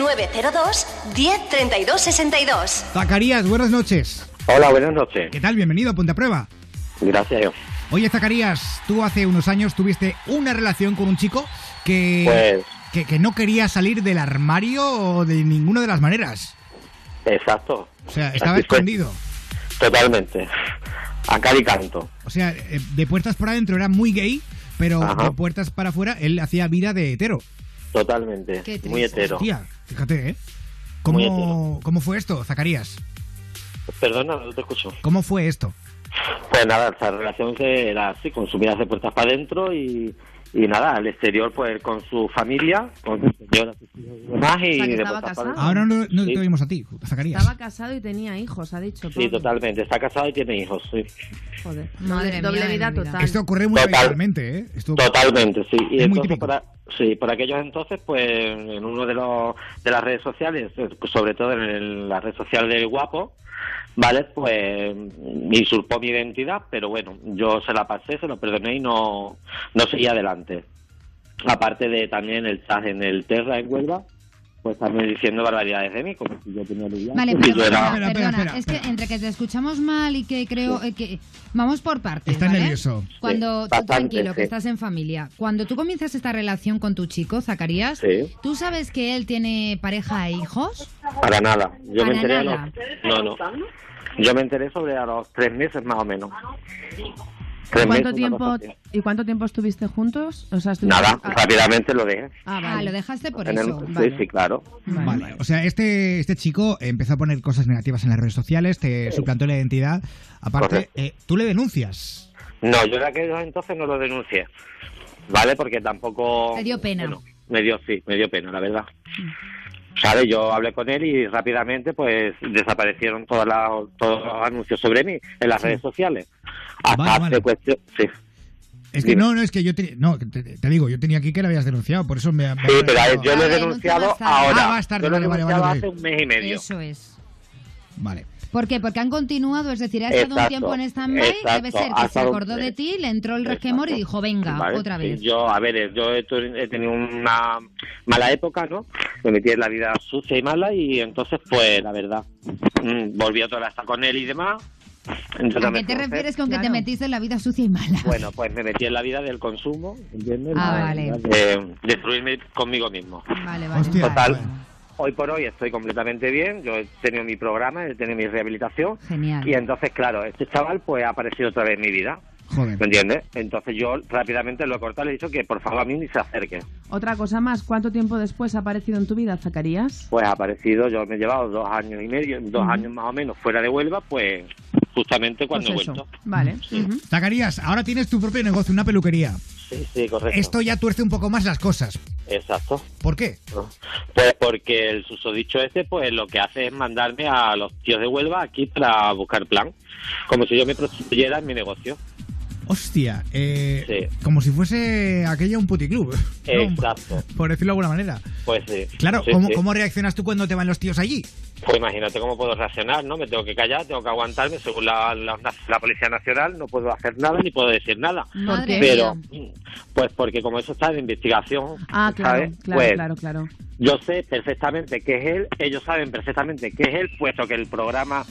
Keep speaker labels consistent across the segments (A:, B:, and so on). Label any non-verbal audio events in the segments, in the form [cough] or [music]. A: 902 103262
B: Zacarías, buenas noches.
C: Hola, buenas noches.
B: ¿Qué tal? Bienvenido a Ponte a Prueba.
C: Gracias.
B: Oye, Zacarías, tú hace unos años tuviste una relación con un chico que,
C: Pues,
B: que, que no quería salir del armario de ninguna de las maneras.
C: exacto.
B: O sea, estaba
C: Así fue.
B: escondido.
C: Totalmente. A cara y canto.
B: O sea, eh, de puertas para adentro era muy gay, pero
C: Ajá.
B: de puertas para afuera él hacía vida de hetero.
C: Totalmente.
D: Qué
C: Muy
D: triste.
C: hetero.
B: Tía, fíjate, ¿eh?
C: Muy
B: ¿Cómo,
C: hetero.
B: ¿Cómo fue esto, Zacarías?
C: Perdona, no te escucho.
B: ¿Cómo fue esto?
C: Pues nada, esa relación se- era así, consumidas de puertas para adentro y, y nada, al exterior pues con su familia, con su señora, sus hijos y demás y
D: sea, que
C: de
D: estaba
C: puertas
D: casado.
C: para adentro.
B: Ahora no, no
C: Sí.
B: te oímos a ti, Zacarías.
D: Estaba casado y tenía hijos, ha dicho.
C: Sí,
D: Pablo.
C: totalmente. Está casado y tiene hijos, sí.
D: Joder.
E: Madre
D: doble,
E: mía de
D: vida
E: mi vida.
D: total.
B: Esto ocurre muy
C: Total.
B: habitualmente, ¿eh? Esto-
C: Totalmente, sí. Y
B: Es muy
C: entonces,
B: típico.
C: para, sí, por aquellos entonces, pues en uno de los de las redes sociales, eh, sobre todo en el- la red social del guapo, vale, pues me usurpó mi identidad, pero bueno, yo se la pasé, se lo perdoné y no no seguí adelante. Aparte de también el chat en el Terra en Huelva, pues también diciendo barbaridades de mí, como si yo tenía lidiante, [laughs]
E: Vale,
C: si
E: pero
C: yo
E: perdona,
C: era-
B: Espera, espera,
E: perdona.
B: espera,
E: es que
B: espera.
E: entre que te escuchamos mal y que creo eh, que vamos por partes.
B: Está
E: ¿vale?
B: nervioso.
E: Cuando
C: Sí,
E: tú
C: bastante,
E: tranquilo, que
C: sí.
E: estás en familia. Cuando tú comienzas esta relación con tu chico, Zacarías,
C: Sí.
E: ¿tú sabes que él tiene pareja e hijos?
C: Para nada. Yo
E: Para
C: me enteré a
E: nada.
C: los- no, no. Yo me enteré sobre a los tres meses más o menos. Tres
D: ¿Cuánto
C: meses,
D: tiempo,
C: una cosa así.
D: ¿Y cuánto tiempo estuviste juntos? O sea, estuviste-
C: Nada,
D: Ah,
C: rápidamente lo dejé.
D: ah, vale.
E: Ah, lo dejaste por
C: En el-
E: eso.
C: sí,
D: vale.
C: sí, claro.
D: Vale.
B: Vale, o sea, este, este chico empezó a poner cosas negativas en las redes sociales, te suplantó la identidad. Aparte,
C: Correcto.
B: eh, tú le denuncias.
C: No, yo en aquellos entonces no lo denuncié. ¿Vale? Porque tampoco.
E: Te dio pena.
C: Bueno, me dio, sí, me dio pena, la verdad. ¿Sabes? Yo hablé con él y rápidamente pues desaparecieron todas las, todos los anuncios sobre mí en las redes sociales. Hasta
B: Vale,
C: hace
B: vale.
C: cuestión. Sí.
B: Es que
C: Dime.
B: no, no, es que yo te, no, te, te digo, yo tenía aquí que le habías denunciado, por eso me. Ah, me-
C: Sí, pero a ver, yo lo he
E: Vale,
C: denunciado
E: mucho más tarde.
C: ahora.
B: Ah, más tarde,
C: yo lo he
B: vale, vale,
C: denunciado
B: vale,
C: hace
B: vale.
C: un mes y medio.
E: Eso es.
B: Vale.
E: ¿Por qué? Porque han continuado, es decir, ha estado un
C: Exacto,
E: tiempo en stand-by,
C: exacto,
E: debe ser
C: ha
E: que se
C: estado-
E: acordó de ti, le entró el resquemor y
C: Exacto.
E: dijo, venga,
C: Vale,
E: otra
C: sí,
E: vez.
C: Yo, a ver, eh, yo he, tu- he tenido una mala época, ¿no? Me metí en la vida sucia y mala y entonces, pues, la verdad, mm, volví otra vez a estar con él y demás. Entonces,
E: ¿A
C: me
E: qué te
C: conocí.
E: refieres con que te
D: Claro.
E: metiste en la vida sucia y mala?
C: Bueno, pues me metí en la vida del consumo, ¿entiendes?
E: Ah,
C: La-
E: vale.
C: la De destruirme conmigo mismo.
E: [laughs] Vale, vale.
B: Hostia.
C: Total,
B: Vale.
C: hoy por hoy estoy completamente bien, yo he tenido mi programa, he tenido mi rehabilitación
E: Genial.
C: y entonces, claro, este chaval, pues, ha aparecido otra vez en mi vida.
B: Joder.
C: ¿Me entiendes? Entonces yo rápidamente lo he cortado y le he dicho que por favor a mí ni se acerque.
D: Otra cosa más, ¿cuánto tiempo después ha aparecido en tu vida, Zacarías?
C: Pues ha aparecido, yo me he llevado dos años y medio, dos años más o menos fuera de Huelva, pues justamente cuando
D: Pues
C: he
D: eso.
C: vuelto.
D: Vale. Ujú.
B: Zacarías, ahora tienes tu propio negocio, una peluquería.
C: Sí, sí, correcto.
B: Esto ya tuerce un poco más las cosas.
C: Exacto.
B: ¿Por qué?
C: Pues porque el susodicho este, pues lo que hace es mandarme a los tíos de Huelva aquí para buscar plan, como si yo me prostituyera en mi negocio.
B: Hostia, eh,
C: Sí.
B: como si fuese aquella un puticlub. ¿no?
C: Exacto.
B: [laughs] Por decirlo de alguna manera.
C: Pues sí.
B: Claro,
C: Sí,
B: ¿cómo,
C: sí.
B: ¿cómo reaccionas tú cuando te van los tíos allí?
C: Pues imagínate cómo puedo reaccionar, ¿no? Me tengo que callar, tengo que aguantarme, según la, la- la Policía Nacional no puedo hacer nada ni puedo decir nada.
E: Madre
D: qué?
C: Pero,
E: mía.
C: pues porque como eso está en investigación,
D: Ah, claro,
C: ¿sabes?
D: claro,
C: Pues,
D: claro, claro.
C: Yo sé perfectamente que es él, ellos saben perfectamente que es él, puesto que el programa,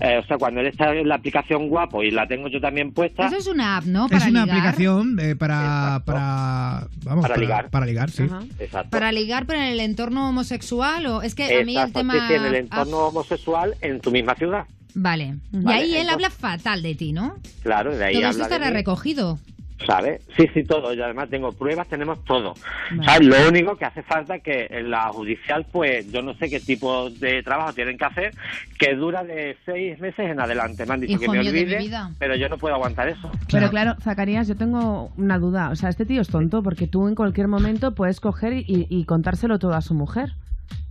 C: eh, o sea, cuando él está en la aplicación guapo y la tengo yo también puesta,
E: Eso es una app, ¿no?
B: Es
E: Para
B: una
E: ligar.
B: aplicación eh, para,
C: Exacto.
B: para, vamos,
C: Para ligar.
B: Para ligar, sí.
D: Ajá.
C: exacto.
E: Para ligar, pero en el entorno homosexual o es que a mí el
C: Exacto,
E: tema...
C: sí, sí, en el entorno homosexual en tu misma ciudad.
E: Ah, vale. Y
C: Vale,
E: ahí él
C: entonces-
E: habla fatal de ti, ¿no?
C: Claro, de ahí
E: Todo esto
C: habla de
E: estará
C: mí,
E: recogido.
C: ¿Sabes? Sí, sí, todo. Y además tengo pruebas, tenemos todo.
D: Vale.
C: ¿Sabes? Lo único que hace falta que en la judicial, pues yo no sé qué tipo de trabajo tienen que hacer, que dura de seis meses en adelante. Me han dicho
E: Hijo
C: que me
E: mío de mi
C: olvide,
E: vida.
C: pero yo no puedo aguantar eso.
D: Pero
B: Claro.
D: claro, Zacarías, yo tengo una duda. O sea, este tío es tonto porque tú en cualquier momento puedes coger y, y contárselo todo a su mujer.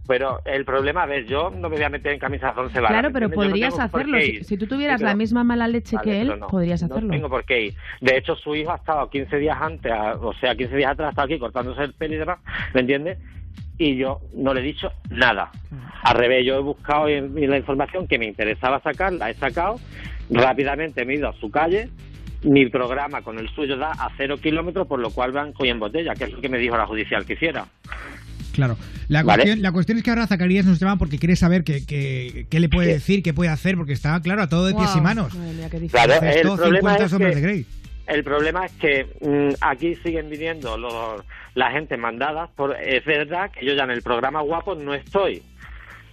C: Pero el problema, a ver, yo no me voy a meter en camisas de once varas.
D: claro, pero
C: ¿entiendes? Yo no
D: podrías
C: tengo por
D: hacerlo.
C: qué
D: Si,
C: ir.
D: si tú tuvieras
C: Sí, pero-
D: la misma mala leche
C: Vale,
D: que él,
C: pero no,
D: podrías hacerlo.
C: No tengo por qué ir. De hecho, su hijo ha estado 15 días antes, a- o sea, 15 días atrás, ha estado aquí cortándose el pelo y demás, ¿me entiendes? Y yo no le he dicho nada. Al revés, yo he buscado en- en la información que me interesaba sacar, la he sacado, rápidamente me he ido a su calle. Mi programa con el suyo da a cero kilómetros, por lo cual van y en botella, que es lo que me dijo la judicial que hiciera.
B: Claro. La
C: Vale.
B: cuestión, la cuestión es que ahora Zacarías nos llama porque quiere saber qué, qué- qué le puede
C: Sí.
B: decir, qué puede hacer, porque está, claro, a todo de pies
E: Guau.
B: y manos.
D: Madre mía, qué difícil.
C: Claro,
B: Entonces,
C: el
B: todo
C: problema
B: 50
C: es
B: sombras
C: que-
B: de Grey.
C: El problema es que mm, aquí siguen viniendo los, la gente mandada. Por, es verdad que yo ya en el programa Guapo no estoy,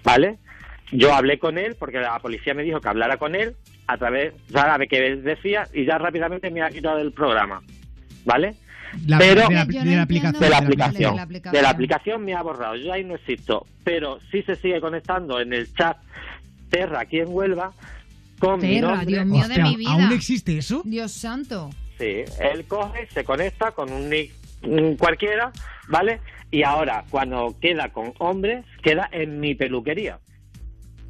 C: ¿vale? Yo hablé con él porque la policía me dijo que hablara con él a través, ya la que él decía y ya rápidamente me ha quitado del programa, ¿vale?
B: La-
C: Pero-
B: de la, de
E: Yo no
B: la
E: entiendo
B: aplicación.
C: de la
E: Ah, de la
C: aplicación.
E: aplicación.
C: De la aplicación me ha borrado, yo ahí no existo. Pero sí se sigue conectando en el chat Terra aquí en Huelva con mi
E: Terra,
C: nombre.
E: Dios mío de
B: Hostia,
E: mi vida.
B: ¿Aún existe eso?
E: Dios santo.
C: Sí, él coge, se conecta con un nick mm, cualquiera, ¿vale? Y ahora, cuando queda con hombres, queda en mi peluquería.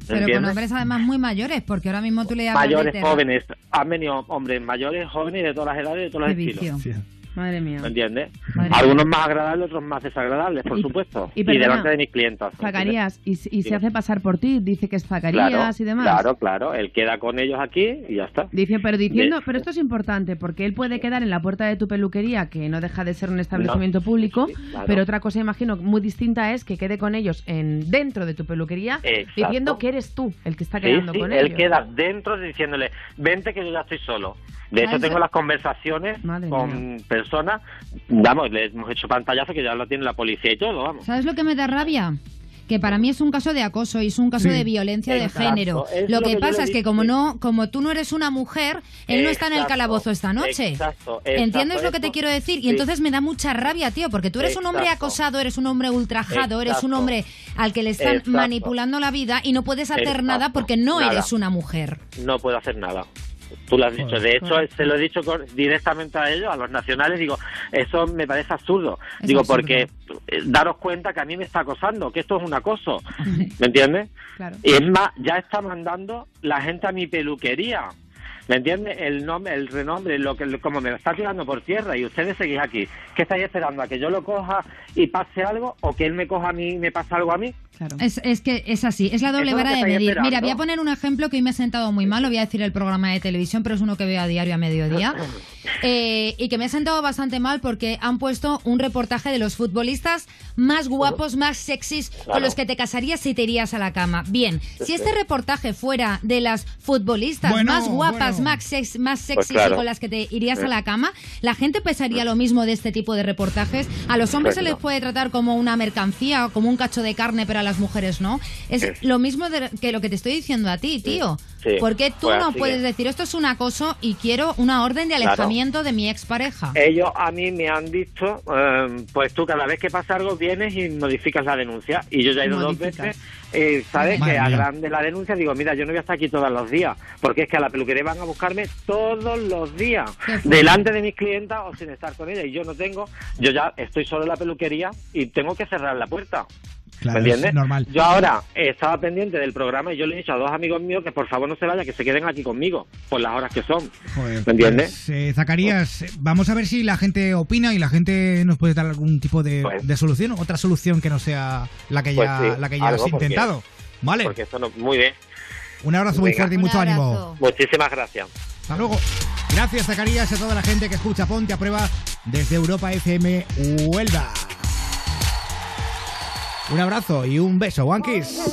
E: Pero con
C: ¿Entiendes?
E: hombres además muy mayores, porque ahora mismo tú le hablas de
C: mayores,
E: Terra.
C: jóvenes. Han venido hombres mayores, jóvenes, de todas las edades, de todos los
E: Qué
C: estilos.
E: vicio.
B: Sí.
D: Madre mía.
C: ¿Me entiendes?
E: Madre mía.
C: Algunos más agradables, otros más desagradables, por
D: Y-
C: supuesto.
D: y
C: Y,
D: perdona,
C: delante de mis clientas.
D: Zacarías, y, si- y se
C: Sí.
D: hace pasar por ti, dice que es Zacarías
C: Claro,
D: y demás.
C: claro, claro. Él queda con ellos aquí y ya está.
D: Dice, pero diciendo,
C: De-
D: pero esto es importante, porque él puede quedar en la puerta de tu peluquería, que no deja de ser un establecimiento público,
C: sí, claro.
D: pero otra cosa, imagino, muy distinta es que quede con ellos en dentro de tu peluquería,
C: Exacto.
D: diciendo que eres tú el que está
C: Sí,
D: quedando
C: sí,
D: con
C: él
D: ellos.
C: queda dentro diciéndole, vente que yo ya estoy solo. De hecho,
E: Ay,
C: tengo
E: yo-
C: las conversaciones
D: Madre
C: con personas, vamos, les hemos hecho pantallazo que ya lo tiene la policía y todo, vamos.
E: ¿Sabes lo que me da rabia? Que para mí es un caso de acoso y es un
B: Sí.
E: caso de violencia de
C: Exacto,
E: género.
C: es
E: Lo
C: lo que
E: que,
C: yo le
E: pasa es que
C: dije.
E: como no, como tú no eres una mujer, él no está en el
C: Exacto,
E: calabozo esta noche.
C: exacto, exacto,
E: ¿Entiendes lo que te
C: eso-
E: quiero decir? Y
C: sí.
E: entonces me da mucha rabia, tío, porque tú eres un hombre
C: Exacto.
E: acosado, eres un hombre ultrajado, eres un
C: Exacto.
E: hombre al que le están
C: Exacto.
E: manipulando la vida y no puedes hacer
C: Exacto,
E: nada porque no
C: nada.
E: eres una mujer.
C: No puedo hacer nada. Tú lo has dicho. De hecho,
D: correcto.
C: se lo he dicho cor- directamente a ellos, a los nacionales. Digo, eso me parece absurdo.
E: Es
C: digo,
E: absurdo.
C: porque eh, daros cuenta que a mí me está acosando, que esto es un
E: [laughs]
C: acoso. ¿Me entiendes?
D: Claro.
C: Y es más, ya está mandando la gente a mi peluquería. ¿Me entiendes? El nombre, el renombre, lo que, lo- como me lo está tirando por tierra y ustedes seguís aquí. ¿Qué estáis esperando? ¿A que yo lo coja y pase algo? ¿O que él me coja a mí y me pase algo a mí?
D: Claro.
E: Es, es que es así, es la doble
C: Eso es lo
E: vara
C: que
E: de
C: estáis
E: medir.
C: esperando.
E: Mira, voy a poner un ejemplo que hoy me ha sentado muy mal, lo voy a decir el programa de televisión, pero es uno que veo a diario a mediodía.
C: [laughs]
E: Eh, y que me ha sentado bastante mal porque han puesto un reportaje de los futbolistas más guapos, más sexys, con
C: Claro.
E: los que te casarías si te irías a la cama. Bien, si este reportaje fuera de las futbolistas
B: Bueno,
E: más guapas,
B: bueno.
E: más, sex- más sexys
C: Pues claro. Eh.
E: y con las que te irías a la cama, la gente pensaría lo mismo de este tipo de reportajes. A los hombres se les
C: Exacto.
E: puede tratar como una mercancía o como un cacho de carne, pero a las mujeres no. Es
C: Sí.
E: lo mismo de- que lo que te estoy diciendo a ti, tío.
C: Sí.
E: Porque tú
C: Pues
E: no
C: así
E: puedes
C: es.
E: decir esto es un acoso y quiero una orden de
C: Claro.
E: alejamiento de mi expareja.
C: Ellos a mí me han dicho, eh, pues tú cada vez que pasa algo vienes y modificas la denuncia. Y yo ya he ido dos
D: Modificas.
C: veces, eh, ¿sabes?
B: Madre
C: que
B: mía.
C: agrande la denuncia, digo, mira, yo no voy a estar aquí todos los días, porque es que a la peluquería van a buscarme todos los días,
E: Qué fuerte.
C: delante de mis clientas o sin estar con ellas. Y yo no tengo, yo ya estoy solo en la peluquería y tengo que cerrar la puerta.
B: Claro,
C: ¿Me entiendes?
B: es normal.
C: Yo ahora estaba pendiente del programa y yo le he dicho a dos amigos míos que por favor no se vayan, que se queden aquí conmigo, por las horas que son.
B: Joder,
C: ¿Me entiendes?
B: pues, eh, Zacarías, eh, vamos a ver si la gente opina y la gente nos puede dar algún tipo de,
C: Pues-
B: de solución, otra solución que no sea la que
C: Pues
B: ya,
C: sí,
B: la que ya
C: algo,
B: has
C: porque-
B: intentado. Vale,
C: Porque eso no, muy bien.
B: un abrazo muy
C: Venga.
B: fuerte y
E: Un
B: mucho ánimo.
E: abrazo.
C: Muchísimas gracias.
B: Hasta luego. Gracias, Zacarías, y a toda la gente que escucha Ponte a Prueba desde Europa FM Huelva. Un abrazo y un beso, One Kiss.